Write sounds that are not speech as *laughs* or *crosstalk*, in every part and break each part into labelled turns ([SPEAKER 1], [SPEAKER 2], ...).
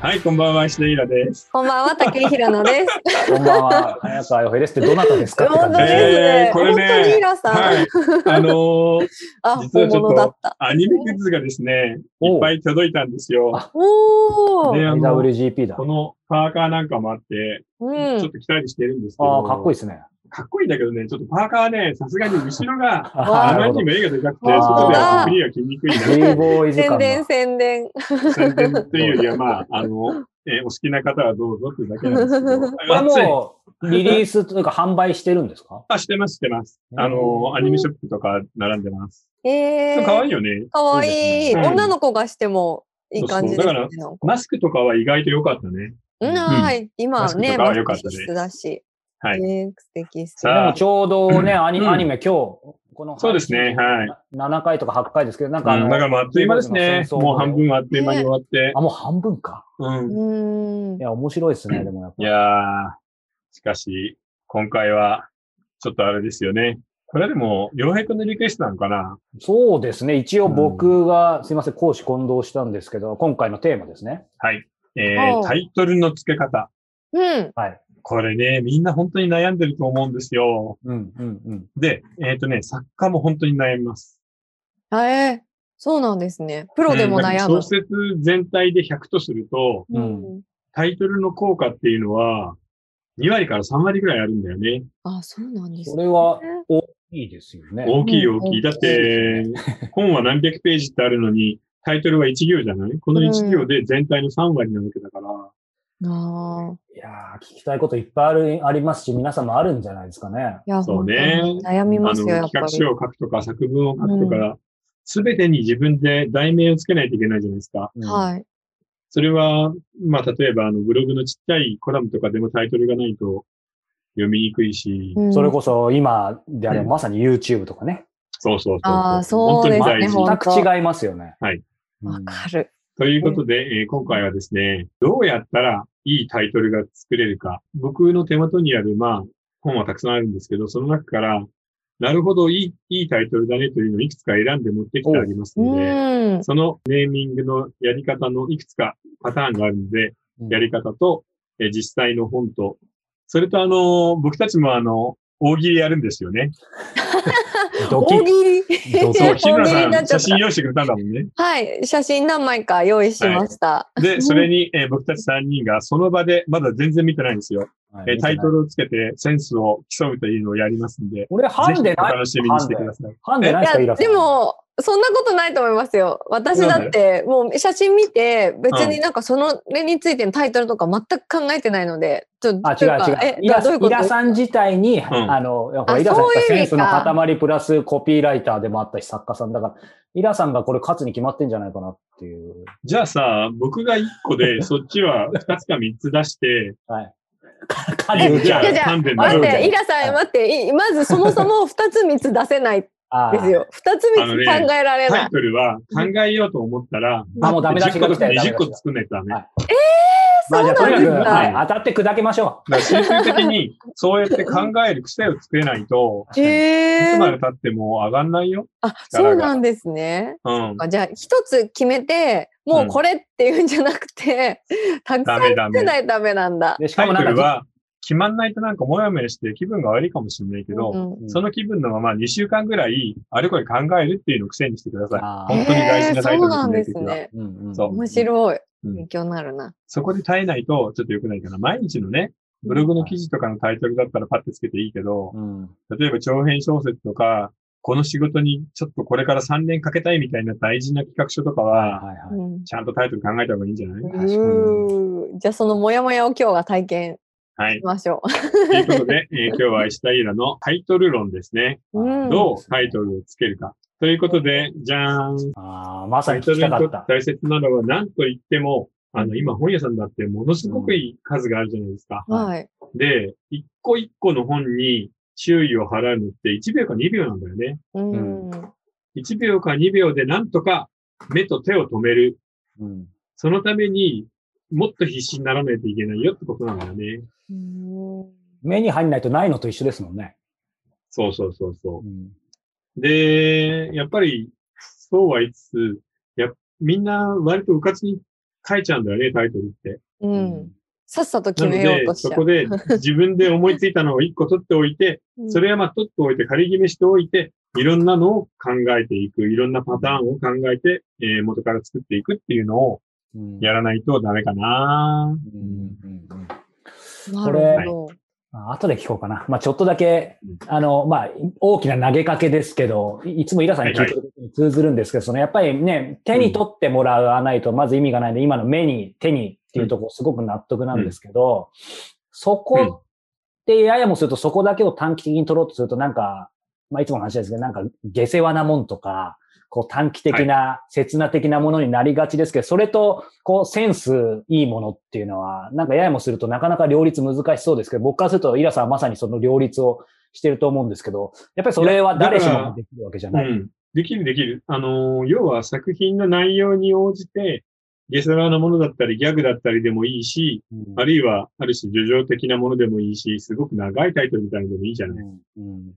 [SPEAKER 1] はい、こんばんは、石田イラです。
[SPEAKER 2] こんばんは、竹井ひろ
[SPEAKER 1] *laughs*
[SPEAKER 2] のです。
[SPEAKER 3] こんばんは、早川洋平ですって、どなたですかって
[SPEAKER 2] 本
[SPEAKER 3] 感
[SPEAKER 2] 当
[SPEAKER 3] じ
[SPEAKER 2] です
[SPEAKER 3] で。
[SPEAKER 2] ね
[SPEAKER 1] え。ーこれね
[SPEAKER 2] 本当にひろさん。
[SPEAKER 1] はい、あのー
[SPEAKER 2] あ、
[SPEAKER 1] 実は
[SPEAKER 2] 本
[SPEAKER 1] ちょっと
[SPEAKER 2] 物だった。
[SPEAKER 1] アニメグッズがですね、い
[SPEAKER 3] おう
[SPEAKER 1] っぱい届いたんですよ。
[SPEAKER 3] あ
[SPEAKER 2] お
[SPEAKER 1] ね
[SPEAKER 2] ー。
[SPEAKER 1] あの
[SPEAKER 3] WGP だ。
[SPEAKER 1] このパーカーなんかもあって、
[SPEAKER 2] う
[SPEAKER 1] ちょっ
[SPEAKER 2] ん。
[SPEAKER 1] と着たりしてるんですけど、
[SPEAKER 3] ああ、かっこいいですね。
[SPEAKER 1] かっこいいんだけどね、ちょっとパーカーはね、さすがに後ろ
[SPEAKER 3] *laughs*
[SPEAKER 1] が、
[SPEAKER 2] あー
[SPEAKER 1] あ
[SPEAKER 3] な
[SPEAKER 1] ま
[SPEAKER 3] る
[SPEAKER 1] り
[SPEAKER 3] ほ
[SPEAKER 1] にも。絵がで
[SPEAKER 3] ど
[SPEAKER 1] かくて、
[SPEAKER 2] あ
[SPEAKER 1] そ
[SPEAKER 2] ー
[SPEAKER 1] こではクリアきにくい
[SPEAKER 3] b
[SPEAKER 1] な。
[SPEAKER 3] ボーイ時
[SPEAKER 2] 宣
[SPEAKER 3] 間
[SPEAKER 2] 伝、
[SPEAKER 3] が。
[SPEAKER 2] 宣伝。
[SPEAKER 1] 宣伝というよ
[SPEAKER 3] *laughs*
[SPEAKER 1] りは、まあ、あの、えーお好きな方はどうぞっていうだけなんですけど、
[SPEAKER 3] これ
[SPEAKER 1] 暑い
[SPEAKER 3] もう、リリースというか販売してるんですか
[SPEAKER 1] あ、してます、してます。
[SPEAKER 3] うん
[SPEAKER 1] あの、アニメショップとか並んでます。
[SPEAKER 2] えー。
[SPEAKER 1] 可愛いよね。
[SPEAKER 2] かわいい。
[SPEAKER 1] そうですねうん
[SPEAKER 2] 女の子がしてもいい感じです
[SPEAKER 1] そ
[SPEAKER 2] ね。
[SPEAKER 1] うそうだ
[SPEAKER 2] なんか
[SPEAKER 1] マスクとかは意外と良かったね。
[SPEAKER 2] うん、
[SPEAKER 1] うん
[SPEAKER 2] はい。今
[SPEAKER 1] マスク
[SPEAKER 2] ね、
[SPEAKER 1] とか
[SPEAKER 2] マ
[SPEAKER 1] は
[SPEAKER 2] ス
[SPEAKER 1] 良
[SPEAKER 2] ク
[SPEAKER 1] かったね
[SPEAKER 2] 必須だし。
[SPEAKER 1] はい
[SPEAKER 2] ね素敵素
[SPEAKER 3] で
[SPEAKER 1] さあ
[SPEAKER 2] 敵。
[SPEAKER 3] もちょうどね、アニ
[SPEAKER 1] うん
[SPEAKER 3] アニメ今日、この
[SPEAKER 1] そうですね、はい。
[SPEAKER 3] 7回とか8回ですけど、なんかあ
[SPEAKER 1] うん、
[SPEAKER 3] の
[SPEAKER 1] だからもうあっという間ですね。
[SPEAKER 3] そう
[SPEAKER 1] もう半分あっという間に終わって。
[SPEAKER 3] あ、もう半分か。
[SPEAKER 1] うん。
[SPEAKER 2] うーん
[SPEAKER 3] い。や、面白いですね、でもやっ
[SPEAKER 1] い
[SPEAKER 3] ぱ。
[SPEAKER 1] やー、しかし、今回は、ちょっとあれですよね。これはでも、洋平くんのリクエストなのかな
[SPEAKER 3] そうですね、一応僕が、すいません、講師混同したんですけど、今回のテーマですね。
[SPEAKER 1] え
[SPEAKER 2] おう
[SPEAKER 1] ー、タイトルの付け方。
[SPEAKER 2] うん。
[SPEAKER 3] はい。
[SPEAKER 1] これね、みんな本当に悩んでると思うんですよ。
[SPEAKER 3] うん、うん、うん。
[SPEAKER 1] で、えっ、とね、作家も本当に悩みます。
[SPEAKER 2] あえーそうなんですね。プロでも悩
[SPEAKER 1] うん
[SPEAKER 2] む
[SPEAKER 1] 小。説全体で100とすると、
[SPEAKER 3] う
[SPEAKER 2] うんん。
[SPEAKER 1] タイトルの効果っていうのは、2割から3割ぐらいあるんだよね。
[SPEAKER 2] あ、そうなんです
[SPEAKER 3] そ
[SPEAKER 2] ね。
[SPEAKER 3] れは大きいですよね。
[SPEAKER 1] 大きい大き
[SPEAKER 2] う
[SPEAKER 1] い。
[SPEAKER 2] ん
[SPEAKER 1] だって、本は何百ページってあるのに、タイトルは1行じゃないこの1行で全体の3割なわけだから。
[SPEAKER 2] ああ。
[SPEAKER 3] いやー、聞きたいこといっぱいある、ありますし、皆さんもあるんじゃないですかね。
[SPEAKER 2] いや、
[SPEAKER 1] そう
[SPEAKER 2] 本当
[SPEAKER 1] ね
[SPEAKER 2] に悩み
[SPEAKER 1] あ
[SPEAKER 2] ます
[SPEAKER 1] の、
[SPEAKER 2] よ、や
[SPEAKER 1] 企画
[SPEAKER 2] っぱり
[SPEAKER 1] 書。を書くとか作文を書くとか、すべてに自分で題名をつけないといけないじゃないですか。
[SPEAKER 3] い。
[SPEAKER 2] はい。
[SPEAKER 1] それは、まあ、例えば、あの、ブログのちっちゃいコラムとかでもタイトルがないと読みにくいし、
[SPEAKER 2] うん
[SPEAKER 3] それこそ今であれ
[SPEAKER 1] うん
[SPEAKER 3] ばまさに YouTube とかね。
[SPEAKER 1] そうそうそうそう。
[SPEAKER 2] あー
[SPEAKER 1] 本当に
[SPEAKER 2] そう
[SPEAKER 1] 大
[SPEAKER 2] ですね
[SPEAKER 1] 事。
[SPEAKER 2] ほん
[SPEAKER 3] 全く違いますよね。
[SPEAKER 1] はい
[SPEAKER 3] うん。
[SPEAKER 2] わかる。
[SPEAKER 1] ということで、えー今回はですね、どうやったらいいタイトルが作れるか。僕の手元にある、まあ、本はたくさんあるんですけど、その中から、なるほど、いい、いいタイトルだねというのをいくつか選んで持ってきてあります
[SPEAKER 2] う
[SPEAKER 1] ので、
[SPEAKER 2] ん。
[SPEAKER 1] そのネーミングのやり方のいくつかパターンがあるので、
[SPEAKER 3] うん
[SPEAKER 1] やり方と、えー実際の本と、それとあの、僕たちもあの、大喜利やるんですよね。
[SPEAKER 3] *laughs* ドキ
[SPEAKER 2] 大喜
[SPEAKER 3] ッ。
[SPEAKER 2] 利。
[SPEAKER 3] ドキ
[SPEAKER 1] そ
[SPEAKER 3] ッ
[SPEAKER 1] う、木村
[SPEAKER 2] 大喜利に
[SPEAKER 1] さ
[SPEAKER 2] なっ
[SPEAKER 1] ん、
[SPEAKER 2] ちゃ
[SPEAKER 1] 写真
[SPEAKER 2] った。
[SPEAKER 1] 用意してくれたんだもんね。
[SPEAKER 2] はい。写真何枚か用意しました。
[SPEAKER 1] で、それに、えー僕たち3人がその場で、まだ全然見てないんですよ。
[SPEAKER 3] は
[SPEAKER 1] え
[SPEAKER 3] い
[SPEAKER 1] ータイト。ルをつけてセンスを競うというのをやりますんで、
[SPEAKER 3] これ、ハ
[SPEAKER 1] ぜひ
[SPEAKER 3] ンで
[SPEAKER 1] お
[SPEAKER 3] ない
[SPEAKER 1] 楽しみにしてください。
[SPEAKER 3] ハンでない
[SPEAKER 2] い
[SPEAKER 3] ですか、イ
[SPEAKER 2] や、
[SPEAKER 3] ラさん。
[SPEAKER 2] でも、そんなことないと思いますよ。私だって、もう写真見て、別になんかその例についてのタイトルとか全く考えてないので、ちょっと、
[SPEAKER 3] あ、
[SPEAKER 2] と
[SPEAKER 3] 違
[SPEAKER 2] いうか
[SPEAKER 3] 違う
[SPEAKER 2] え。、
[SPEAKER 3] イラ
[SPEAKER 2] どういうこ
[SPEAKER 3] イ
[SPEAKER 2] と
[SPEAKER 3] ラさん自体に、あの、ほらイラさんや
[SPEAKER 2] そう
[SPEAKER 3] っぱ
[SPEAKER 2] いう意
[SPEAKER 3] セ
[SPEAKER 2] 味
[SPEAKER 3] ンスの
[SPEAKER 2] か
[SPEAKER 3] 塊プラスコピーライターでもあったし、作家さんだから、イラさんがこれ勝つに決まってんじゃないかなっていう。
[SPEAKER 1] じゃあさ、僕が1個で、
[SPEAKER 3] *laughs*
[SPEAKER 1] そっちは2つか3つ出して、
[SPEAKER 2] *laughs*
[SPEAKER 3] はい。
[SPEAKER 2] え
[SPEAKER 3] 数打ち
[SPEAKER 1] じゃ
[SPEAKER 3] 合
[SPEAKER 1] あ
[SPEAKER 2] いやじゃあ
[SPEAKER 1] 丹田にな
[SPEAKER 2] 待
[SPEAKER 1] る
[SPEAKER 2] っ
[SPEAKER 1] じゃん
[SPEAKER 2] て、イラさん、待って、いまずそもそも二つ三つ出せない
[SPEAKER 3] あー
[SPEAKER 2] ですよ。二つ
[SPEAKER 1] あ
[SPEAKER 2] 三
[SPEAKER 1] の
[SPEAKER 2] つ
[SPEAKER 1] ね
[SPEAKER 2] 考えられ
[SPEAKER 1] タ
[SPEAKER 2] な
[SPEAKER 1] イ
[SPEAKER 2] い。
[SPEAKER 1] トルは考えようと思ったら、
[SPEAKER 3] あもうダメ出し
[SPEAKER 1] 10
[SPEAKER 3] が
[SPEAKER 1] 個
[SPEAKER 3] 来
[SPEAKER 1] とか
[SPEAKER 3] たよ。
[SPEAKER 1] 20個作んないとダメ。
[SPEAKER 3] はい
[SPEAKER 2] そ
[SPEAKER 3] まあ
[SPEAKER 2] う
[SPEAKER 3] じゃあと
[SPEAKER 2] なん
[SPEAKER 3] にか
[SPEAKER 2] で
[SPEAKER 3] く、
[SPEAKER 2] す
[SPEAKER 1] まあ
[SPEAKER 2] か。
[SPEAKER 3] はい、当たって砕けましょ
[SPEAKER 1] だから精神的に、そうやって考える癖をつけないと、
[SPEAKER 3] う。
[SPEAKER 1] い
[SPEAKER 2] へ
[SPEAKER 1] つ
[SPEAKER 2] え
[SPEAKER 1] ま。で経っても上がんないよ。
[SPEAKER 2] あ、そうなんですね。
[SPEAKER 1] うん。
[SPEAKER 2] じゃあ、一つ決めて、もうこれっていうんじゃなくて、たく
[SPEAKER 1] ダ
[SPEAKER 2] さん
[SPEAKER 1] メダ
[SPEAKER 2] 出
[SPEAKER 1] メ
[SPEAKER 2] せ。ないためなんだ。
[SPEAKER 3] でし
[SPEAKER 1] タ
[SPEAKER 3] か
[SPEAKER 1] イ
[SPEAKER 3] もな
[SPEAKER 1] ト
[SPEAKER 3] んか
[SPEAKER 1] ルは、決まんないとなんかモヤモヤして気分が悪いかもしれないけど、
[SPEAKER 2] うん
[SPEAKER 3] うん
[SPEAKER 1] その気分のまま2週間ぐらい、あれこれ考えるっていうのを癖にしてください。
[SPEAKER 3] あー
[SPEAKER 1] 本当に大事なタイトル
[SPEAKER 2] へーそうなん
[SPEAKER 1] で
[SPEAKER 2] ですす
[SPEAKER 1] ね
[SPEAKER 2] ね。
[SPEAKER 3] うんうんうん
[SPEAKER 1] そう
[SPEAKER 2] 面白い。
[SPEAKER 1] うん
[SPEAKER 2] 勉強になるな。
[SPEAKER 1] そこで耐えないとちょっと良くないかな。毎日のね、ブログの記事とかのタイトルだったらパッてつけていいけど、
[SPEAKER 3] うん
[SPEAKER 1] 例えば長編小説とか、この仕事にちょっとこれから3年かけたいみたいな大事な企画書とかは、
[SPEAKER 3] はいはい。
[SPEAKER 2] うん
[SPEAKER 1] ちゃんとタイトル考えた方がいいんじゃないう
[SPEAKER 3] かに
[SPEAKER 2] ーじゃあ、そのモヤモヤを今日は体験
[SPEAKER 1] はい
[SPEAKER 2] し。ましょ
[SPEAKER 1] ということで、え *laughs* ー今日は石田イラのタイトル論ですね。
[SPEAKER 2] う。うん
[SPEAKER 1] どうタイトルをつけるか。ということで、じゃーん。
[SPEAKER 3] ああ、まさ
[SPEAKER 1] タ
[SPEAKER 3] に
[SPEAKER 1] イト
[SPEAKER 3] 聞き
[SPEAKER 1] ル
[SPEAKER 3] た
[SPEAKER 1] にと
[SPEAKER 3] かっ
[SPEAKER 1] って
[SPEAKER 3] た。
[SPEAKER 1] 大切なのは何と言っても、あの、今本屋さんだってものすごくいい数があるじゃないですか。
[SPEAKER 2] はい。
[SPEAKER 1] で、一個一個の本に注意を払うのって1秒か2秒なんだよね。
[SPEAKER 2] うん。
[SPEAKER 1] 1秒か2秒でなんとか目と手を止める。
[SPEAKER 3] うん
[SPEAKER 1] そのためにもっと必死にならないといけないよってことなんだよね。
[SPEAKER 2] うん
[SPEAKER 3] 目に入んないとないのと一緒ですもんね。
[SPEAKER 1] そうそうそうそうう。で、やっぱり、そうは言いつつ、や、みんな割とうかつに書いちゃうんだよね、タイトルって。
[SPEAKER 2] うん。さっさと決
[SPEAKER 1] なの
[SPEAKER 2] めよう
[SPEAKER 1] で
[SPEAKER 2] と、し
[SPEAKER 1] そ
[SPEAKER 2] ちゃう
[SPEAKER 1] こ。で自分で思いついたのを一個取っておいて、それはまあ取っておいて、仮決めしておいて、いろんなのを考えていく、いろんなパターンを考えて、えー元から作っていくっていうのを
[SPEAKER 3] うん
[SPEAKER 1] やらないとダメかな。
[SPEAKER 3] うんうんうん
[SPEAKER 2] うんな
[SPEAKER 3] これ
[SPEAKER 2] るほど。
[SPEAKER 3] あ後で聞こうかな。まあ、ちょっとだけ
[SPEAKER 1] うん、
[SPEAKER 3] あの、まあ、大きな投げかけですけど、いいつもイラさんに聞いてることに通ずるんですけど、そのやっぱりね、手に取ってもらわないとまず意味がないんで、今の目に、手にっていうところすごく納得なんですけど、そこってややもするとそこだけを短期的に取ろうとするとなんか、まあ、いつもの話ですけど、なんか下世話なもんとか、こう短期的な、刹那的なものになりがちですけど、それと、こうセンスいいものっていうのは、なんかややもするとなかなか両立難しそうですけど、僕からするとイラさんはまさにその両立をしてると思うんですけど、やっぱりそれは誰しもができるわけじゃ
[SPEAKER 1] う
[SPEAKER 3] ない。
[SPEAKER 1] ん。できるできる。あのー要は作品の内容に応じて、ゲスラーなものだったり、ギャグだったりでもいいし、
[SPEAKER 3] うん
[SPEAKER 1] あるいは、ある種、叙情的なものでもいいし、すごく長いタイトルみたいなのでもいいじゃない。
[SPEAKER 3] うん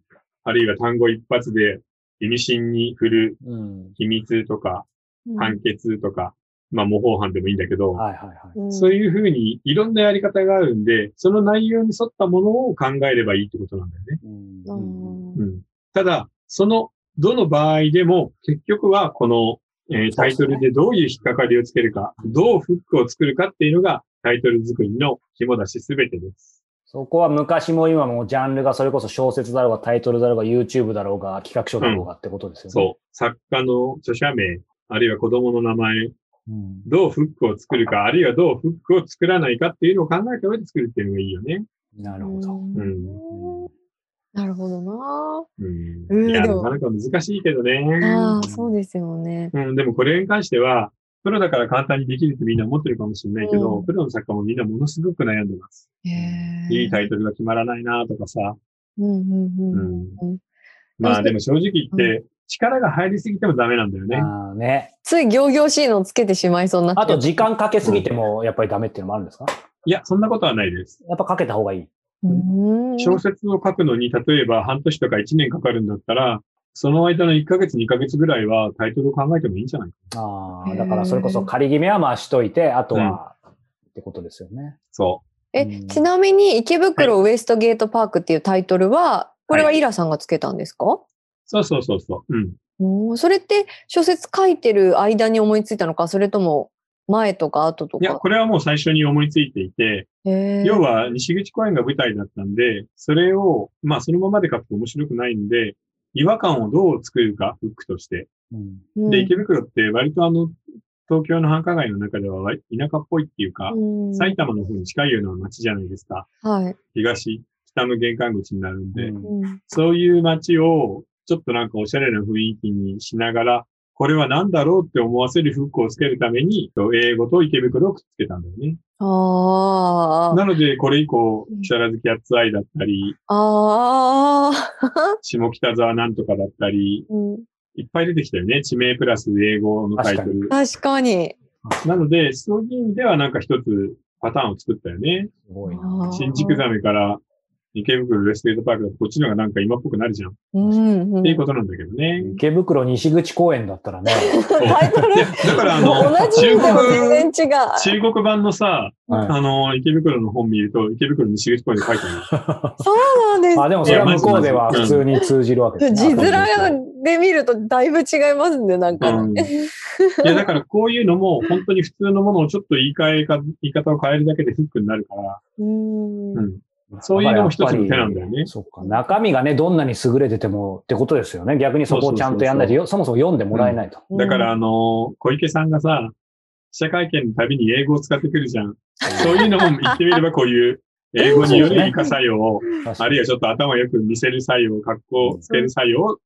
[SPEAKER 1] あるいは単語一発で意味深に振る
[SPEAKER 3] うん
[SPEAKER 1] 秘密とか、
[SPEAKER 2] うん
[SPEAKER 1] 判決とか、まあ模倣犯でもいいんだけど、
[SPEAKER 3] はいはいはい。
[SPEAKER 2] うん
[SPEAKER 1] そういうふうにいろんなやり方があるんで、その内容に沿ったものを考えればいいってことなんだよね。
[SPEAKER 3] うん
[SPEAKER 2] あー
[SPEAKER 1] うん、ただ、その、どの場合でも、結局はこの、えータイトルでどういう引っかかりをつけるか、どうフックを作るかっていうのがタイトル作りの肝だし、すべてです。
[SPEAKER 3] そこは昔も今もジャンルがそれこそ小説だろうがタイトルだろうが YouTube だろうが企画書だろうがってことですよね。
[SPEAKER 1] そう。作家の著者名、あるいは子供の名前、
[SPEAKER 3] うん。
[SPEAKER 1] どうフックを作るか、あるいはどうフックを作らないかっていうのを考えた上で作るっていうのがいいよね。
[SPEAKER 3] なるほど。
[SPEAKER 2] うんなるほどな
[SPEAKER 1] うん。
[SPEAKER 2] うん
[SPEAKER 1] いや、
[SPEAKER 2] で
[SPEAKER 1] な
[SPEAKER 2] も
[SPEAKER 1] かなか難しいけどね。
[SPEAKER 2] ああ、そうですよね。
[SPEAKER 1] うん、でもこれに関しては、プロだから簡単にできるってみんな思ってるかもしれないけど、
[SPEAKER 2] うん
[SPEAKER 1] プロの作家もみんなものすごく悩んでます。いいタイトルが決まらないなとかさ。
[SPEAKER 2] ル。うん
[SPEAKER 1] う
[SPEAKER 2] うんうん。
[SPEAKER 1] ん
[SPEAKER 2] うん。
[SPEAKER 1] まあでも正直言っ
[SPEAKER 2] う
[SPEAKER 1] て、力が入りすぎてもダメなんだよね。
[SPEAKER 3] あーね。
[SPEAKER 2] つい行々しいのをつけてしまいそうになって。
[SPEAKER 3] あと時間かけすぎてもやっぱりダメっていうのもあるんですか
[SPEAKER 1] いや、そんなことはないです。
[SPEAKER 3] やっぱかけた方がいい。
[SPEAKER 2] うん。
[SPEAKER 1] 小説を書くのに、例えば半年とか1年かかるんだったら、その間の1ヶ月、2ヶ月ぐらいはタイトルを考えてもいいんじゃないか。
[SPEAKER 3] あ
[SPEAKER 2] へ
[SPEAKER 3] あ、
[SPEAKER 2] ー
[SPEAKER 3] だからそれこそ仮決めはまあしといて、あとは、ってことですよね。
[SPEAKER 1] そ
[SPEAKER 2] え
[SPEAKER 3] うん、
[SPEAKER 2] ちなみに、池袋ウエストゲートパークっていうタイトルは、これはイラさんがつけたんですか、
[SPEAKER 1] う。そうそうそうそう。うん。
[SPEAKER 2] おーそれって小説書いてる間に思いついたのか、それとも前とか後と
[SPEAKER 1] いや、
[SPEAKER 2] か。
[SPEAKER 1] これはもう最初に思いついていて、
[SPEAKER 2] へー
[SPEAKER 1] 要は、西口公園が舞台だったんで、それを、まあ、そのままで書くと面白くないんで、違和感をどう作るか、フックとして。
[SPEAKER 3] うん。
[SPEAKER 2] うん
[SPEAKER 1] で、池袋って割とあの、東京の繁華街の中では割田舎っぽいっていうか、
[SPEAKER 2] うん
[SPEAKER 1] 埼玉の方に近いような街じゃないですか。
[SPEAKER 2] はい。
[SPEAKER 1] 東、北の玄関口になるんで、
[SPEAKER 3] うん
[SPEAKER 2] うん
[SPEAKER 1] そういう街を、ちょっとなんかおしゃれな雰囲気にしながら、これは何だろうって思わせるフックをつけるために、英語と池袋をくっつけたんだよね。
[SPEAKER 2] あー
[SPEAKER 1] なので、これ以降
[SPEAKER 2] う、ん
[SPEAKER 1] 木更津キャッツアイだったり、
[SPEAKER 2] あー。
[SPEAKER 1] 下北沢なんとかだったり、
[SPEAKER 2] うん
[SPEAKER 1] いっぱい出てきたよね。地名プラス英語のタイトル。
[SPEAKER 2] 確かに。
[SPEAKER 1] なので、そういう意味ではなんか一つパターンを作ったよね。
[SPEAKER 3] すごいな。
[SPEAKER 2] あー
[SPEAKER 1] 新宿ザメから池袋ウエストゲートパークだとこっちの方がなんか今っぽくなるじゃん。っ
[SPEAKER 2] うんうん
[SPEAKER 1] ていうことなんだけどね。
[SPEAKER 3] 池袋西口公園だっ
[SPEAKER 2] *laughs*
[SPEAKER 3] たらね。
[SPEAKER 1] そう
[SPEAKER 2] タイトル
[SPEAKER 1] いやだからあ
[SPEAKER 2] 同
[SPEAKER 1] の、
[SPEAKER 2] じ
[SPEAKER 1] 中
[SPEAKER 2] でも全
[SPEAKER 1] 国、
[SPEAKER 2] 然違う。
[SPEAKER 1] 中国版のさ、
[SPEAKER 3] は
[SPEAKER 1] あの、池袋の本見ると池袋西口公園で書いてある。
[SPEAKER 2] そうなんです
[SPEAKER 3] い、
[SPEAKER 2] ね
[SPEAKER 3] あでもそれは向こうでは普通に通じるわけです
[SPEAKER 2] 字
[SPEAKER 3] ね。
[SPEAKER 2] 面で見るとだいぶ違いますね、なんか。
[SPEAKER 1] うんいや、だからこういうのも本当に普通のものをちょっと言い換えか、言い方を変えるだけでフックになるから、
[SPEAKER 2] うん
[SPEAKER 1] うん。そういうのも一つの手なんだよね
[SPEAKER 3] そっか。中身がね、どんなに優れててもってことですよね。逆にそこをちゃんとやんないと、よそもそも読んでもらえないと。
[SPEAKER 1] だから、
[SPEAKER 2] う
[SPEAKER 1] あの、小池さんがさ、記者会見のたびに英語を使ってくるじゃん。そういうのも言ってみればこういう英語による理化作用を、
[SPEAKER 3] 確か
[SPEAKER 1] あ
[SPEAKER 3] に
[SPEAKER 1] るいはちょっと頭よく見せる作用、格好をつける作用を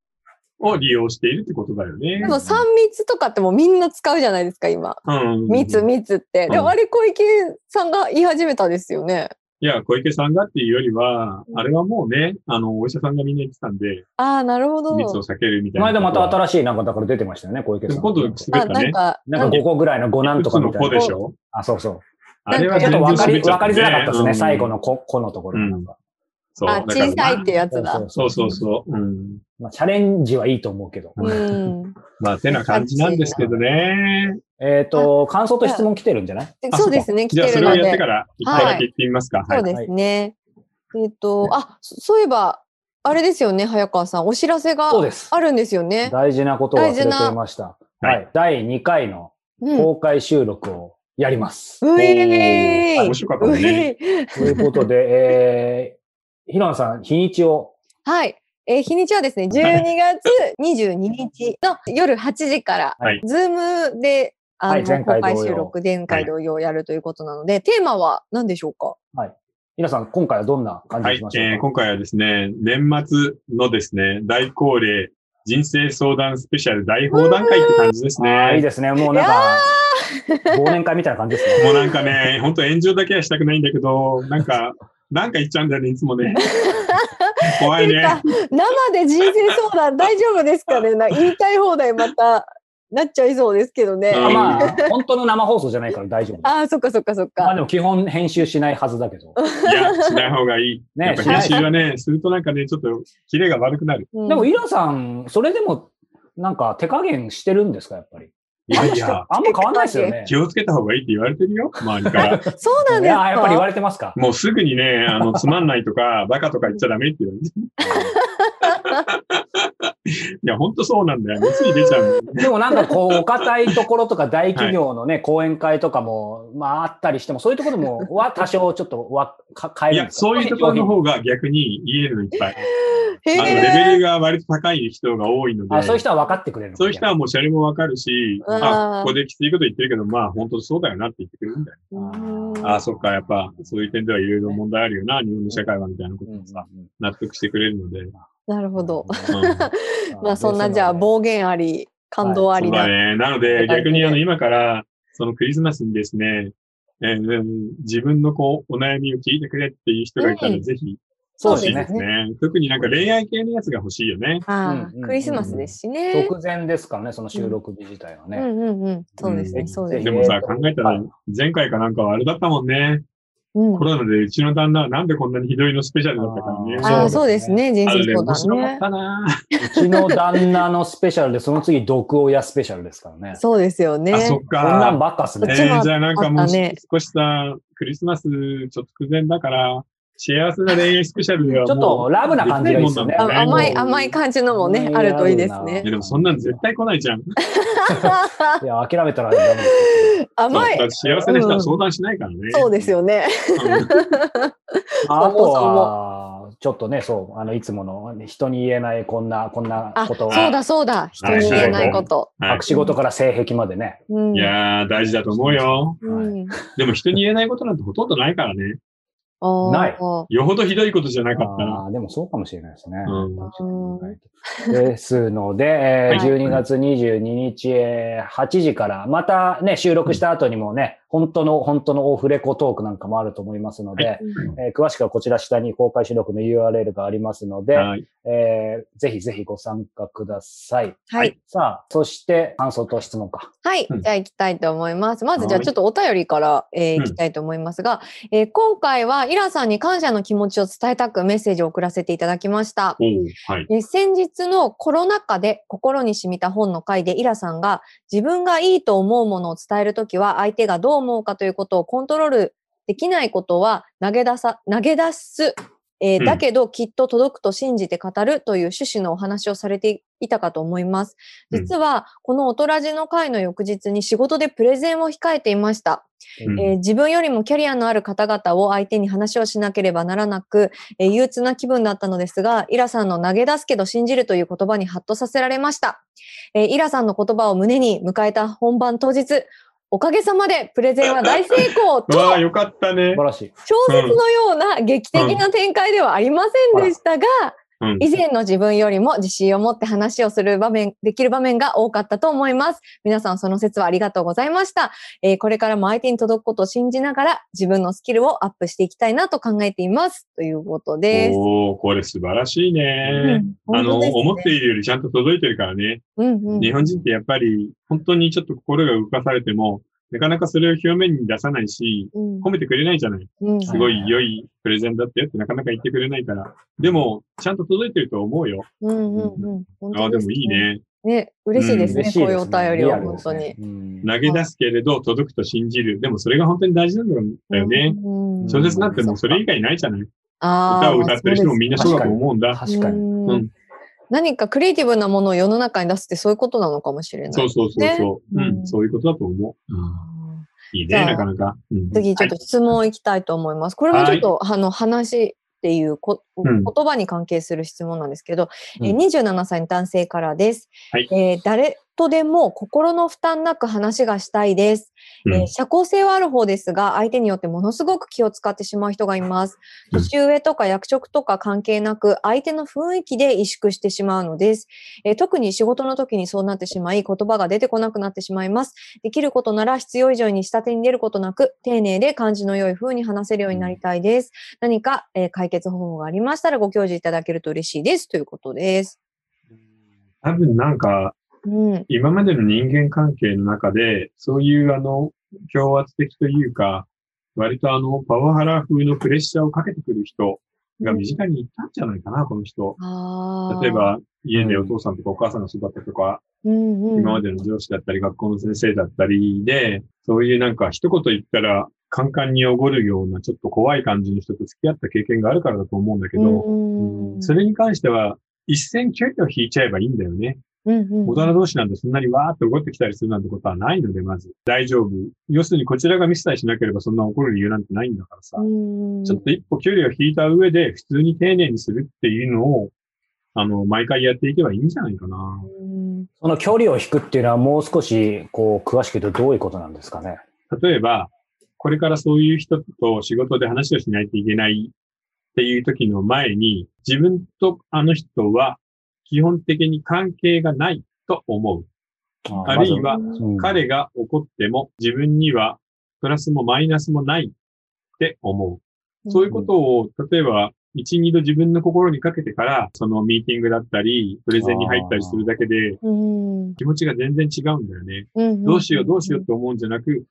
[SPEAKER 1] を利用しているってことだよね
[SPEAKER 2] んで。も三密とかってもうみんな使うじゃないですか、今。
[SPEAKER 1] うん。
[SPEAKER 2] 密密って。で
[SPEAKER 1] うん
[SPEAKER 2] あれ小池さんが言い始めたですよね。
[SPEAKER 1] いや、小池さんがっていうよりは
[SPEAKER 2] う、ん
[SPEAKER 1] あれはもうね、あの、お医者さんがみんな言ってたんで、
[SPEAKER 2] ああ、なるほど。
[SPEAKER 1] 密を避けるみたいな。
[SPEAKER 3] 前でまた
[SPEAKER 1] た
[SPEAKER 3] 新しいなんかだから出てましたよね、小池さん。
[SPEAKER 1] 今度
[SPEAKER 2] あ、
[SPEAKER 1] 滑った
[SPEAKER 2] なん
[SPEAKER 1] ね。
[SPEAKER 2] か、
[SPEAKER 3] なんか5個ぐらいの5なん
[SPEAKER 1] い
[SPEAKER 3] と
[SPEAKER 1] く
[SPEAKER 3] か
[SPEAKER 1] つ
[SPEAKER 3] み
[SPEAKER 1] の
[SPEAKER 3] たい
[SPEAKER 1] 子
[SPEAKER 3] な。
[SPEAKER 1] でしょ
[SPEAKER 3] あ、そうそう。
[SPEAKER 1] あれは
[SPEAKER 3] ちょっ
[SPEAKER 1] 全
[SPEAKER 3] と
[SPEAKER 1] 然
[SPEAKER 3] わか
[SPEAKER 1] 滑
[SPEAKER 3] り、
[SPEAKER 1] っちゃ
[SPEAKER 3] わ
[SPEAKER 1] った
[SPEAKER 3] か
[SPEAKER 1] ね
[SPEAKER 3] りづらかったですね、最後の
[SPEAKER 1] うん
[SPEAKER 3] こ、このところなんか。
[SPEAKER 1] そう。だ
[SPEAKER 2] あ、
[SPEAKER 1] から
[SPEAKER 2] 小さいっていうやつだ。
[SPEAKER 1] そうそうそう。うん。
[SPEAKER 3] まあ、チャレンジはいいと思うけど。
[SPEAKER 1] う
[SPEAKER 2] うん。
[SPEAKER 1] まあ、てな感じなんですけどね。
[SPEAKER 3] えっ、と、感想と質問来てるんじゃない
[SPEAKER 2] でそうですね、来
[SPEAKER 1] じゃあ、
[SPEAKER 2] て
[SPEAKER 1] そ
[SPEAKER 2] る
[SPEAKER 1] れ
[SPEAKER 2] の
[SPEAKER 1] をやって
[SPEAKER 2] で
[SPEAKER 1] か。ら、一回だけ行ってみますか。は
[SPEAKER 2] そ。
[SPEAKER 1] いう
[SPEAKER 2] ですね。えっと、あ、そそういえば、あれですよね、早川さん。お知らせが
[SPEAKER 3] そうです
[SPEAKER 2] あるんですよね。
[SPEAKER 3] 大事なことを忘れていました。
[SPEAKER 1] な
[SPEAKER 3] はい、第2回の
[SPEAKER 2] うん。
[SPEAKER 3] 公開収録をやります。
[SPEAKER 2] うえーい
[SPEAKER 1] 面白かったね。
[SPEAKER 2] うえい
[SPEAKER 3] ということで、 *laughs* えー、ひろなさん、日にちを。
[SPEAKER 2] はい。えー日にちはですね、12月22日の夜8時から、
[SPEAKER 1] はい
[SPEAKER 2] ズームで、あの、
[SPEAKER 3] はい前
[SPEAKER 2] 公
[SPEAKER 3] 回同様
[SPEAKER 2] 開収録、前回同様やるということなので、テーマは何でしょうか
[SPEAKER 3] ひなさん、今回はどんな感じ
[SPEAKER 1] は
[SPEAKER 3] に
[SPEAKER 1] い
[SPEAKER 3] しま、しょうか、
[SPEAKER 1] えー今回はですね、年末のですね、大恒例、人生相談スペシャル大放談会って感じです
[SPEAKER 3] あーいい
[SPEAKER 1] ね。
[SPEAKER 3] ですね。もうなんか、忘年会みたいな感じですね。
[SPEAKER 1] もうなんかね、ほんと炎上だけはしたくないんだけど、なん *laughs* か、なんか言っちゃうんだよね、いつも *laughs* ね。怖い
[SPEAKER 2] ていう
[SPEAKER 1] ね
[SPEAKER 2] か。生で人生相談大丈夫ですかねな言いたい放題またなっちゃいそうですけどね。
[SPEAKER 1] う
[SPEAKER 3] あ
[SPEAKER 1] ん
[SPEAKER 3] まあ、本当の生放送じゃないから大丈夫。
[SPEAKER 2] ああ、そっかそっかそっ
[SPEAKER 3] まあ
[SPEAKER 2] か。
[SPEAKER 3] でも基本編集しないはずだけど。
[SPEAKER 1] いや、しない方がいい。
[SPEAKER 3] ね
[SPEAKER 1] やっぱ編集はね、するとなんかね、ちょっと、キレが悪くなる。
[SPEAKER 2] うん
[SPEAKER 3] でも、イラさん、それでも、なんか手加減してるんですか、やっぱり。
[SPEAKER 1] い *laughs* やいや、
[SPEAKER 3] あんま変わんないですよね。
[SPEAKER 1] 気をつけた方がいいって言われてるよ、周りから。
[SPEAKER 2] そうなん
[SPEAKER 3] い
[SPEAKER 2] です
[SPEAKER 3] や、
[SPEAKER 2] か
[SPEAKER 3] やっぱり言われてま
[SPEAKER 1] *laughs*
[SPEAKER 3] すか。
[SPEAKER 1] もうすぐにね、あ
[SPEAKER 3] *laughs*
[SPEAKER 1] の、つまんないとか、バカとか言っちゃダメって言われて。いや、ほんとそうなんだよ。つい出ちゃうんだよね。
[SPEAKER 3] でもなんかこう、お堅いところとか大企業のね、講演会とかも、まああったりしても、そういうところでも、は多少ちょっとわか変え
[SPEAKER 1] い
[SPEAKER 3] る
[SPEAKER 1] や、
[SPEAKER 3] んですか
[SPEAKER 1] そういうところの方が逆に言えるのいっぱい。
[SPEAKER 2] へ
[SPEAKER 1] あの、レ
[SPEAKER 2] ー
[SPEAKER 1] ベルが割と高い人が多いの
[SPEAKER 3] あ
[SPEAKER 1] で、
[SPEAKER 3] そういう人は分かってくれるの
[SPEAKER 1] そういう人はもうシャレもわかるし、
[SPEAKER 2] うん
[SPEAKER 1] あ、ここできついこと言ってるけど、まあ、本当そうだよなって言ってくれるんだよ。
[SPEAKER 2] うん
[SPEAKER 1] ああ、そっか、やっぱ、そういう点ではいろいろ問題あるよな、日本の社会はみたいなこと
[SPEAKER 3] うん
[SPEAKER 1] を
[SPEAKER 3] *laughs*
[SPEAKER 1] さ、納得してくれるので。
[SPEAKER 2] なるほ
[SPEAKER 1] う
[SPEAKER 2] ど。
[SPEAKER 1] ん
[SPEAKER 2] まあそんなじゃあ暴言あり、感動あ
[SPEAKER 1] そ
[SPEAKER 2] り
[SPEAKER 1] う
[SPEAKER 2] な。
[SPEAKER 1] だね。なので、逆にあの、今から、そのクリスマスにですね、えーうん自分のこう、お悩みを聞いてくれっていう人がいたら、
[SPEAKER 2] うん
[SPEAKER 1] ぜひ、
[SPEAKER 3] そう
[SPEAKER 1] 欲
[SPEAKER 3] で
[SPEAKER 1] し
[SPEAKER 3] す
[SPEAKER 1] いです
[SPEAKER 3] ね。
[SPEAKER 1] ね。特になんか恋愛系のやつが欲しいよね。
[SPEAKER 2] あ
[SPEAKER 3] うんうんう
[SPEAKER 2] あ、
[SPEAKER 3] ん
[SPEAKER 2] クリスマスですしね。
[SPEAKER 3] 直前ですからね、その収録日自体は
[SPEAKER 2] う
[SPEAKER 3] ね。
[SPEAKER 2] んうんうん。そうです
[SPEAKER 1] う
[SPEAKER 2] ね、
[SPEAKER 1] ん
[SPEAKER 2] そうです
[SPEAKER 1] で
[SPEAKER 2] ね。
[SPEAKER 1] も
[SPEAKER 3] え
[SPEAKER 1] さ、
[SPEAKER 3] ーと
[SPEAKER 1] 考えた
[SPEAKER 3] は
[SPEAKER 1] ら
[SPEAKER 3] い、
[SPEAKER 1] 前回かなんかはあれだったもんね。
[SPEAKER 2] うん
[SPEAKER 1] コロナでうちの旦那はなんでこんなにひどいのスペシャルだったからね。
[SPEAKER 3] あー
[SPEAKER 2] ああ、
[SPEAKER 3] そ
[SPEAKER 2] そうう
[SPEAKER 3] で
[SPEAKER 2] ですす
[SPEAKER 3] ね
[SPEAKER 2] ね、人
[SPEAKER 1] あれ
[SPEAKER 2] 生
[SPEAKER 1] ね、
[SPEAKER 2] 相
[SPEAKER 1] 面
[SPEAKER 2] 談
[SPEAKER 1] 白かっ
[SPEAKER 2] ね。
[SPEAKER 1] たな、
[SPEAKER 3] うちの旦那のスペシャルで、その次、毒親スペシャルですからね。
[SPEAKER 2] そうですよね。
[SPEAKER 1] あ、そっ
[SPEAKER 3] こんなん
[SPEAKER 1] か。
[SPEAKER 3] ばっかっす
[SPEAKER 1] え
[SPEAKER 3] ね。
[SPEAKER 1] ー、じゃあなんかも
[SPEAKER 2] あ
[SPEAKER 1] う
[SPEAKER 2] ったね
[SPEAKER 1] 少しさ、クリスマス直前だから、幸せな恋愛スペシャルでは
[SPEAKER 3] ちょっ
[SPEAKER 1] も
[SPEAKER 3] と
[SPEAKER 1] う
[SPEAKER 3] ラブな感じがいいですよね。
[SPEAKER 1] あ
[SPEAKER 2] あ甘い、
[SPEAKER 1] も
[SPEAKER 2] 甘い感じのもね、あるといいですね
[SPEAKER 1] *laughs* いや。でもそんなん絶対来ないじゃん。
[SPEAKER 3] いや、諦めた
[SPEAKER 2] *laughs*
[SPEAKER 3] らダメですよ。
[SPEAKER 2] 甘い。
[SPEAKER 1] そうだって幸せな人は相談しないからね。
[SPEAKER 2] そうですよね。
[SPEAKER 1] うん。
[SPEAKER 3] あ
[SPEAKER 2] そ
[SPEAKER 3] あ
[SPEAKER 2] も
[SPEAKER 3] と
[SPEAKER 2] そも
[SPEAKER 3] は、ちょっとね、そう、あの、いつもの、人に言えない、こんな、こんな
[SPEAKER 2] あ、
[SPEAKER 3] こ
[SPEAKER 2] そ
[SPEAKER 3] と
[SPEAKER 2] う
[SPEAKER 3] を、
[SPEAKER 2] だそうだ。人に言えないこと。
[SPEAKER 1] はい
[SPEAKER 3] 隠し事から性癖までね。
[SPEAKER 2] うん
[SPEAKER 1] いやー、大事だと思うよ。
[SPEAKER 3] はい
[SPEAKER 2] うん
[SPEAKER 1] でも人に言えないことなんてほとんどないからね。
[SPEAKER 2] あー
[SPEAKER 3] ない
[SPEAKER 1] よほどひどいことじゃなかったら。
[SPEAKER 3] ああ、でもそうかもしれないですね。
[SPEAKER 1] うん
[SPEAKER 3] ですので、え
[SPEAKER 2] は
[SPEAKER 3] ー
[SPEAKER 2] い
[SPEAKER 3] 12月22日、えー8時から、またね、収録した後にもね、本当の、本当のオフレコトークなんかもあると思いますので、えー詳しくはこちら下に公開収録の URL がありますので、
[SPEAKER 1] はい。
[SPEAKER 3] えーぜひぜひご参加ください。
[SPEAKER 2] はい。
[SPEAKER 3] さあ、そして感想と質問か。
[SPEAKER 2] はい、
[SPEAKER 1] うん
[SPEAKER 2] じゃあ行きたいと思います。まずじゃあ
[SPEAKER 1] はい
[SPEAKER 2] ちょっとお便りから、え
[SPEAKER 1] う
[SPEAKER 2] ー、
[SPEAKER 1] ん
[SPEAKER 2] 行きたいと思いますが、えー今回はイラさんに感謝の気持ちを伝えたくメッセージを送らせていただきました。
[SPEAKER 1] おうはい。
[SPEAKER 2] えー先日のコロナ禍で心に染みた本の回でイラさんが自分がいいと思うものを伝えるときは相手がどう思うかということをコントロールできないことは投げ出さ、投げ出す。えー
[SPEAKER 1] うん
[SPEAKER 2] だけどきっと届くと信じて語るという趣旨のお話をされていたかと思います。
[SPEAKER 1] うん
[SPEAKER 2] 実は、このおとらじの会の翌日に仕事でプレゼンを控えていました。
[SPEAKER 1] うん
[SPEAKER 2] えー自分よりもキャリアのある方々を相手に話をしなければならなく、えー憂鬱な気分だったのですが、イラさんの投げ出すけど信じるという言葉にハッとさせられました。えーイラさんの言葉を胸に迎えた本番当日、おかげさまでプレゼンは大成功
[SPEAKER 1] *laughs*
[SPEAKER 2] と、
[SPEAKER 1] わあ、よかったね
[SPEAKER 3] 素。晴らしい。
[SPEAKER 2] 小説のような劇的な展開ではありませんでしたが、
[SPEAKER 1] うん。
[SPEAKER 2] 以前の自分よりも自信を持って話をする場面、できる場面が多かったと思います。皆さんその説はありがとうございました。えーこれからも相手に届くことを信じながら自分のスキルをアップしていきたいなと考えています。ということです。
[SPEAKER 1] おおこれ素晴らしいね。
[SPEAKER 2] うん
[SPEAKER 1] あの、
[SPEAKER 2] 本当ですね
[SPEAKER 1] 思っているよりちゃんと届いてるからね。
[SPEAKER 2] うんうん
[SPEAKER 1] 日本人ってやっぱり、本当にちょっと心が動かされても、なかなかそれを表面に出さないし、
[SPEAKER 2] うん
[SPEAKER 1] 褒めてくれないじゃない。
[SPEAKER 2] うん
[SPEAKER 1] すごい良いプレゼンだったよってなかなか言ってくれないから。でも、ちゃんと届いてると思うよ。
[SPEAKER 2] うんうんうん本
[SPEAKER 1] ああ、
[SPEAKER 2] 当
[SPEAKER 1] ですもいい。ね。
[SPEAKER 2] ね、嬉しいですね、
[SPEAKER 3] 嬉し
[SPEAKER 2] こ
[SPEAKER 3] い
[SPEAKER 2] い
[SPEAKER 3] うで
[SPEAKER 2] うお
[SPEAKER 3] す
[SPEAKER 2] 便
[SPEAKER 3] ね
[SPEAKER 2] り
[SPEAKER 3] リア
[SPEAKER 2] は、
[SPEAKER 3] ル
[SPEAKER 2] 本
[SPEAKER 3] で
[SPEAKER 2] 当
[SPEAKER 3] す
[SPEAKER 2] に。
[SPEAKER 3] ねうん
[SPEAKER 1] 投げ出すけれど届くと信じる。でもそれが本当に大事なんだよね。
[SPEAKER 2] うん
[SPEAKER 3] ん
[SPEAKER 1] 小説なんてもうそれ以外ないじゃない。
[SPEAKER 2] あ
[SPEAKER 1] 歌
[SPEAKER 2] ー
[SPEAKER 1] を歌ってる人もみんなそうだと思うんだ。
[SPEAKER 3] 確かに。
[SPEAKER 2] うん
[SPEAKER 1] うん
[SPEAKER 2] 何かクリエイティブなものを世の中に出すってそういうことなのかもしれない。
[SPEAKER 1] そうそうそうそう。
[SPEAKER 2] ね
[SPEAKER 1] うん、そういうことだと思う。うん
[SPEAKER 2] あ
[SPEAKER 1] いい
[SPEAKER 2] じゃ
[SPEAKER 1] ね、
[SPEAKER 2] あ
[SPEAKER 1] なかなか。うん
[SPEAKER 2] ー次、ちょっと質問いきたいと思います。これもちょっと、あの、話っていうこ、
[SPEAKER 1] うん
[SPEAKER 2] 言葉に関係する質問なんですけど、
[SPEAKER 3] うん
[SPEAKER 2] えー27歳の男性からです。
[SPEAKER 1] はい
[SPEAKER 2] えー誰とでも心の負担なく話がしたいです。
[SPEAKER 1] うん
[SPEAKER 2] えー社交性はある方ですが、相手によってものすごく気を使ってしまう人がいます。
[SPEAKER 1] うん
[SPEAKER 2] 年上とか役職とか関係なく、相手の雰囲気で萎縮してしまうのです、えー特に仕事の時にそうなってしまい、言葉が出てこなくなってしまいます。できることなら必要以上に下手に出ることなく、丁寧で感じの良い風に話せるようになりたいです。何か、えー解決方法がありましたらご教示いただけると嬉しいです。ということです。
[SPEAKER 1] 多分なんか、
[SPEAKER 2] うん。
[SPEAKER 1] 今までの人間関係の中で、そういうあの、強圧的というか、割とあの、パワハラ風のプレッシャーをかけてくる人が身近にいたんじゃないかな、この人。
[SPEAKER 2] あー
[SPEAKER 1] 例え、ば、家でお父さんとかお母さんが育ったとか、
[SPEAKER 2] うんうん、
[SPEAKER 1] 今までの上司だったり、学校の先生だったりで、そういうなんか一言言ったら、カンカンにおごるような、ちょっと怖い感じの人と付き合った経験があるからだと思うんだけど、
[SPEAKER 2] うんうん、
[SPEAKER 1] それに関しては、一線距離を引いちゃえばいいんだよね。
[SPEAKER 2] うんうん、
[SPEAKER 1] 大人同士なんてそんなにわーって怒ってきたりするなんてことはないので、まず。大丈夫。要するにこちらがミスさえしなければそんな怒る理由なんてないんだからさ。
[SPEAKER 2] うん
[SPEAKER 1] ちょっと一歩距離を引いた上で、普通に丁寧にするっていうのを、あの、毎回やっていけばいいんじゃないかな。
[SPEAKER 2] うん
[SPEAKER 3] その距離を引くっていうのはもう少しこう詳しく言うとどういうことなんですかね。
[SPEAKER 1] 例えば、これからそういう人と仕事で話をしないといけないっていう時の前に、自分とあの人は基本的に関係がないと思う。あるいは、彼
[SPEAKER 3] が、
[SPEAKER 1] が怒っても自分にはプラスもマイナスもないって思う。そういうことを、例えば、一、二度自分の心にかけてから、そのミーティングだったり、プレゼンに入ったりするだけで、
[SPEAKER 2] うん
[SPEAKER 1] 気持ちが全然違うんだよね。
[SPEAKER 2] うん
[SPEAKER 1] どうしようどうしようって思うんじゃなく、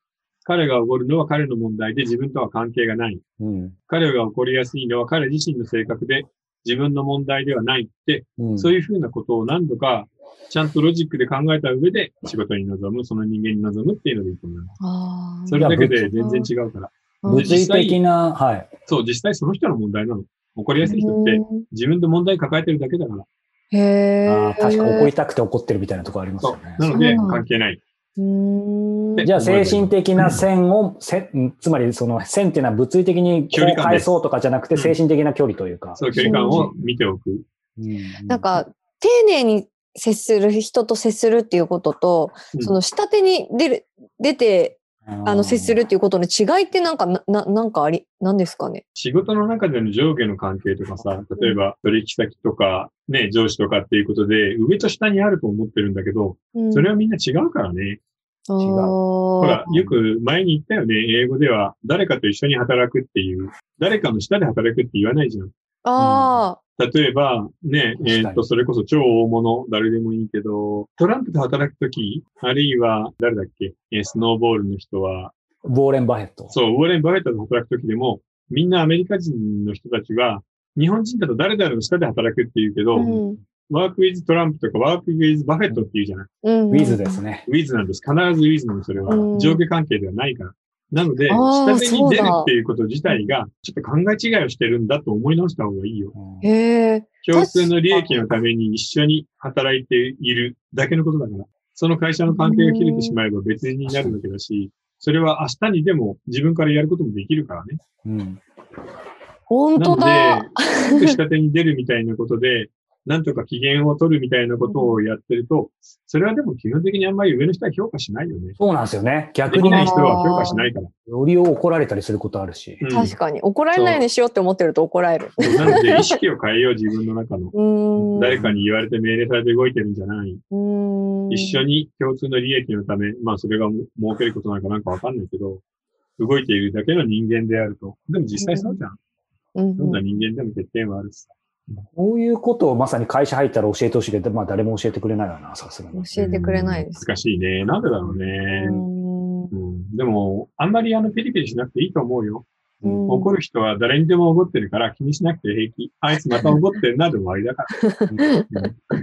[SPEAKER 1] 彼が怒るのは彼の問題で自分とは関係がない。
[SPEAKER 3] うん
[SPEAKER 1] 彼が怒りやすいのは彼自身の性格で自分の問題ではないって、
[SPEAKER 3] うん
[SPEAKER 1] そういうふうなことを何度かちゃんとロジックで考えた上で仕事に臨む、その人間に臨むっていうのでいいと思います。
[SPEAKER 2] あー
[SPEAKER 1] それだけで全然違うから。
[SPEAKER 2] うん
[SPEAKER 3] 物理的な、はい。
[SPEAKER 1] そう、実際その人の問題なの。怒りやすい人って
[SPEAKER 2] うん
[SPEAKER 1] 自分で問題抱えてるだけだから。
[SPEAKER 2] へえ
[SPEAKER 3] あー確か怒りたくて怒ってるみたいなところあります
[SPEAKER 1] そ
[SPEAKER 3] よ
[SPEAKER 1] う
[SPEAKER 3] ね。。
[SPEAKER 1] なの
[SPEAKER 2] そう
[SPEAKER 1] で
[SPEAKER 2] なんだ
[SPEAKER 1] 関係ない。
[SPEAKER 2] うん
[SPEAKER 1] で *laughs*
[SPEAKER 3] じゃあ精神的な線を、せんつまりその線っていうのは物理的に
[SPEAKER 1] 距離感で
[SPEAKER 3] 返
[SPEAKER 1] す
[SPEAKER 3] そうとかじゃなくて
[SPEAKER 1] うん
[SPEAKER 3] 精神的な距離というか。
[SPEAKER 1] そう、距離感を見ておく。
[SPEAKER 3] うん
[SPEAKER 2] なん、か丁寧に接する人と接するっていうことと、
[SPEAKER 1] うん
[SPEAKER 2] その下手に出る出てあの接するっていうことの違いってなんかなななんかありなんですかね。
[SPEAKER 1] 仕事の中での上下の関係とかさ、例えば取引先とか、ね、上司とかっていうことで、上と下にあると思ってるんだけど、
[SPEAKER 2] うん、
[SPEAKER 1] それはみんな違うからね。
[SPEAKER 2] あー
[SPEAKER 3] 違う
[SPEAKER 1] ほら、よく前に言ったよね、英語では、誰かと一緒に働くっていう、誰かの下で働くって言わないじゃん。
[SPEAKER 2] あ
[SPEAKER 1] 例えば、ね
[SPEAKER 3] 確、かに
[SPEAKER 1] えっ、と、それこそ超大物、誰でもいいけど、トランプと働くとき、あるいは、誰だっけ、えースノーボールの人は、
[SPEAKER 3] ウォーレン・バヘット。
[SPEAKER 1] そう、ウォーレン・バフェットと働くときでも、みんなアメリカ人の人たちは、日本人だと誰々の下で働くって言うけ
[SPEAKER 2] あ
[SPEAKER 1] ど、
[SPEAKER 2] ー、うん
[SPEAKER 1] ワーク・ウィズ・トランプとか、ワーク・ウィズ・バフェットって言うじゃない。
[SPEAKER 2] うん、
[SPEAKER 3] ウィズですね。
[SPEAKER 1] ウィズなんです。必ずウィズなの、それは
[SPEAKER 2] うん。
[SPEAKER 1] 上下関係ではないから。なので、
[SPEAKER 2] あ
[SPEAKER 1] 下
[SPEAKER 2] ー
[SPEAKER 1] 手に出る
[SPEAKER 2] そうだ
[SPEAKER 1] っていうこと自体が、ちょっと考え違いをしてるんだと思い直した方がいいよ。
[SPEAKER 2] へえ。
[SPEAKER 1] 共通の利益のために一緒に働いているだけのことだから、その会社の関係が切れてしまえば別になるわけだし、それは明日にでも自分からやることもできるからね。
[SPEAKER 3] うん
[SPEAKER 2] 本
[SPEAKER 1] な
[SPEAKER 2] 当
[SPEAKER 1] の
[SPEAKER 2] だ。
[SPEAKER 1] で、すぐ下手に出るみたいなことで、なんとか機嫌を取るみたいなことをやってると、それはでも基本的にあんまり上の人は評価しないよね。
[SPEAKER 3] そうなんですよね。逆
[SPEAKER 1] でき
[SPEAKER 3] に
[SPEAKER 1] ない
[SPEAKER 3] ね
[SPEAKER 1] 人は評価しないから。
[SPEAKER 3] より怒られたりすることあるし。
[SPEAKER 1] うん
[SPEAKER 2] 確かに。怒られないようにしようって思ってると怒られる。
[SPEAKER 1] そうなので、意識を変えよう、自分の中の。
[SPEAKER 2] うーん。
[SPEAKER 1] 誰かに言われて命令されて動いてるんじゃない。
[SPEAKER 2] うーん
[SPEAKER 1] 一緒に共通の利益のため、まあそれが儲けることなんかなんかわかんないけど、動いているだけの人間であると。でも実際そうじゃん。
[SPEAKER 2] うん
[SPEAKER 1] どんな人間でも欠点はあるしさ。
[SPEAKER 3] こういうことをまさに会社入ったら教えてほしいけど、まあ誰も
[SPEAKER 2] *laughs*
[SPEAKER 3] 教えてくれないよな、さすが
[SPEAKER 2] うん
[SPEAKER 3] に。
[SPEAKER 2] 教えてくれないです。
[SPEAKER 1] 難しいね。なんでだろうね
[SPEAKER 2] う。ーん
[SPEAKER 1] うん。でも、あんまりあの、ピリピリしなくていいと思うよ。
[SPEAKER 2] うん
[SPEAKER 1] 怒る人は誰にでも怒ってるから気にしなくて平気。あいつまた怒ってんなで終わりだから。うん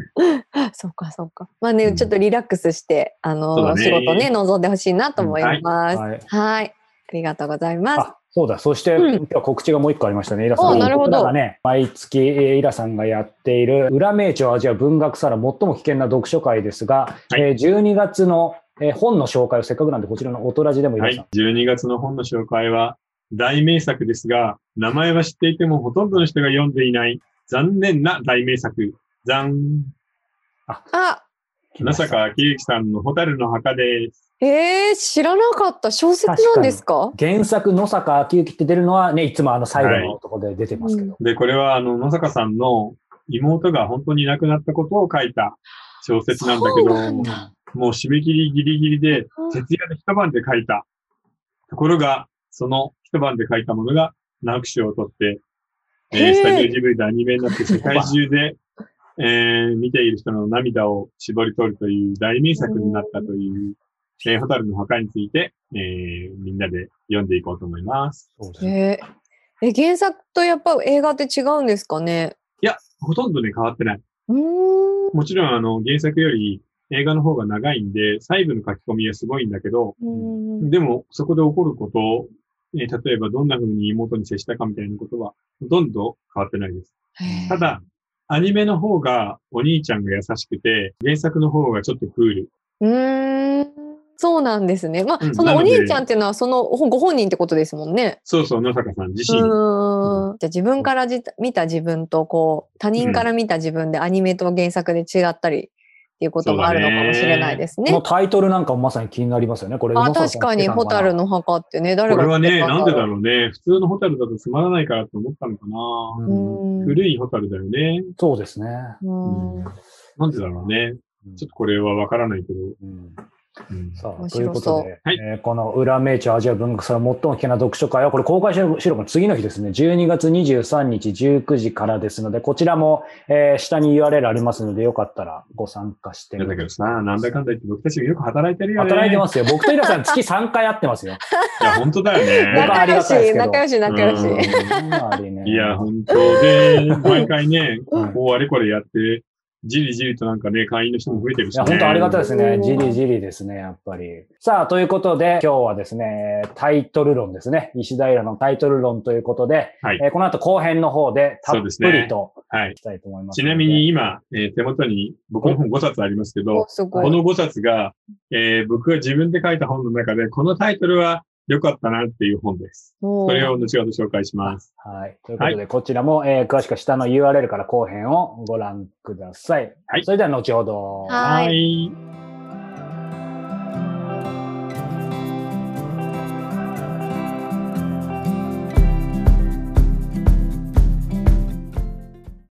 [SPEAKER 2] そうか、そうか。まあね、ちょっとリラックスして、あ
[SPEAKER 1] そう
[SPEAKER 2] の、
[SPEAKER 1] だね
[SPEAKER 2] 仕事ね、望んでほしいなと思います。
[SPEAKER 3] はい。
[SPEAKER 2] はい。ありがとうございます。
[SPEAKER 3] あ、そうだ。そして、
[SPEAKER 2] うん
[SPEAKER 3] 今日は告知がもう一個ありましたね。イラさん。
[SPEAKER 2] おなるほど
[SPEAKER 3] 僕らがね、毎月、えーイラさんがやっている、裏名著アジア文学サラ最も危険な読書会ですが、
[SPEAKER 1] はい
[SPEAKER 3] えー12月の、えー本の紹介をせっかくなんで、こちらのおとらじでもイ
[SPEAKER 1] は
[SPEAKER 3] ラさん、
[SPEAKER 1] い。12月の本の紹介は、大名作ですが、名前は知っていてもほとんどの人が読んでいない、残念な大名作。残。
[SPEAKER 2] あ、
[SPEAKER 1] まさか明之さんのホタルの墓です。
[SPEAKER 2] えー、知らなかった。小説なんですか
[SPEAKER 3] 原作野坂昭之って出るのはね、いつもあの最後のところで出てますけど。
[SPEAKER 1] で、これはあの、野坂さんの妹が本当に亡くなったことを書いた小説なんだけ
[SPEAKER 2] そうなん
[SPEAKER 1] ど、
[SPEAKER 2] だ
[SPEAKER 1] もう締め切りギリギリで、
[SPEAKER 2] うん
[SPEAKER 1] 徹夜で一晩で書いた。ところが、その一晩で書いたものが、直木賞を取って、
[SPEAKER 2] へ
[SPEAKER 1] え
[SPEAKER 2] え
[SPEAKER 1] ースタジオジブリでアニメにな
[SPEAKER 2] *laughs*
[SPEAKER 1] って世界中で、えー見ている人の涙を絞り取るという大名作になったという、えー、ホタルの墓について、えーみんなで読んでいこうと思います。
[SPEAKER 3] そうですね
[SPEAKER 2] えーえ、原作とやっぱ映画って違うんですかね
[SPEAKER 1] ほとんどね、変わってない。
[SPEAKER 2] うーん。
[SPEAKER 1] もちろん、あの、原作より映画の方が長いんで、細部の書き込みはすごいんだけど、
[SPEAKER 2] うん
[SPEAKER 1] でも、そこで起こることを、えー例えばどんな風に妹に接したかみたいなことは、ほとんど変わってないです。
[SPEAKER 2] へー
[SPEAKER 1] ただ、アニメの方がお兄ちゃんが優しくて、原作の方がちょっとクール。
[SPEAKER 2] うーん。そうなんですね。まあ、
[SPEAKER 1] うん
[SPEAKER 2] そのお
[SPEAKER 1] なので
[SPEAKER 2] 兄ちゃんっていうのは、そのご本人ってことですもんね。
[SPEAKER 1] そうそう、野坂さん自身。
[SPEAKER 2] うーんじゃあ自分からじ見た自分とこう他人から見た自分でアニメと原作で違ったりっていうこともあるのかもしれないですね。
[SPEAKER 3] このタイトルなんかもまさに気になりますよね。これ、
[SPEAKER 2] あ
[SPEAKER 3] 野坂さ
[SPEAKER 2] 確
[SPEAKER 3] ん
[SPEAKER 2] かに「
[SPEAKER 3] 知ってたのな
[SPEAKER 2] 蛍の墓」ってね
[SPEAKER 1] こ
[SPEAKER 2] 誰が
[SPEAKER 1] れはね、
[SPEAKER 2] つけた
[SPEAKER 1] なんでだ
[SPEAKER 2] う
[SPEAKER 1] ろうね。普通のホタルだとつまらないからと思ったのか
[SPEAKER 3] う
[SPEAKER 1] な。
[SPEAKER 2] うん
[SPEAKER 1] 古いホタルだよね。
[SPEAKER 3] そうですね。
[SPEAKER 2] うん
[SPEAKER 1] なんでだろうね。ちょっとこれはわからないけど。
[SPEAKER 3] うん
[SPEAKER 1] うん
[SPEAKER 3] さ
[SPEAKER 2] 面
[SPEAKER 3] あ、という
[SPEAKER 2] 白
[SPEAKER 3] こ
[SPEAKER 2] そう
[SPEAKER 3] とで、
[SPEAKER 1] はい
[SPEAKER 3] えーこの裏名著アジア文学祭最も危険な読書会は、これ公開収録収録の次の日ですね、12月23日19時からですので、こちらも、えー下に URL ありますので、よかったらご参加して
[SPEAKER 1] なん
[SPEAKER 3] み
[SPEAKER 1] だけ
[SPEAKER 3] て
[SPEAKER 1] どさ、なんだかんだ言って僕たちよく働いてるよね。。
[SPEAKER 3] 働いてますすよ。僕とイラさん月3回会ってますよ。
[SPEAKER 1] いや、本当だ
[SPEAKER 2] *laughs*
[SPEAKER 1] よね。
[SPEAKER 3] 僕は
[SPEAKER 2] 仲
[SPEAKER 3] あり
[SPEAKER 2] 良
[SPEAKER 3] が
[SPEAKER 2] した
[SPEAKER 3] いですけど
[SPEAKER 2] 仲良し仲良
[SPEAKER 1] *laughs* うん
[SPEAKER 2] し。
[SPEAKER 3] 周りね
[SPEAKER 1] いや、本当で、
[SPEAKER 3] *laughs*
[SPEAKER 1] 毎回ね、
[SPEAKER 3] うん
[SPEAKER 1] こうあれこれやって、じりじりとなんかね、会員の人も増えてる
[SPEAKER 3] い
[SPEAKER 1] し、ね。
[SPEAKER 3] や、本当ありがたいです
[SPEAKER 2] う
[SPEAKER 3] ね。
[SPEAKER 2] ん
[SPEAKER 3] じりじりですね、やっぱり。さあ、ということで、今日はですね、タイトル論ですね。石平のタイトル論ということで、
[SPEAKER 1] はい
[SPEAKER 3] えーこの後後編の方でたっぷ
[SPEAKER 1] そうです
[SPEAKER 3] り
[SPEAKER 1] ね
[SPEAKER 3] と
[SPEAKER 1] はい
[SPEAKER 3] い。きたいと思います
[SPEAKER 1] ち
[SPEAKER 3] ので。
[SPEAKER 1] なみに今、えー手元に僕の本5冊ありますけ
[SPEAKER 2] お
[SPEAKER 1] ど、
[SPEAKER 2] すご
[SPEAKER 1] こ
[SPEAKER 2] い。
[SPEAKER 1] の5冊が、えー僕が自分で書いた本の中で、このタイトルは良かったなっていう本です。
[SPEAKER 2] こ
[SPEAKER 1] これを後ほど紹介します。
[SPEAKER 3] はい。ということで、こちらも、えー詳しくは下の URL から後編をご覧ください。
[SPEAKER 1] はい
[SPEAKER 3] それでは後ほど。
[SPEAKER 2] はい
[SPEAKER 1] い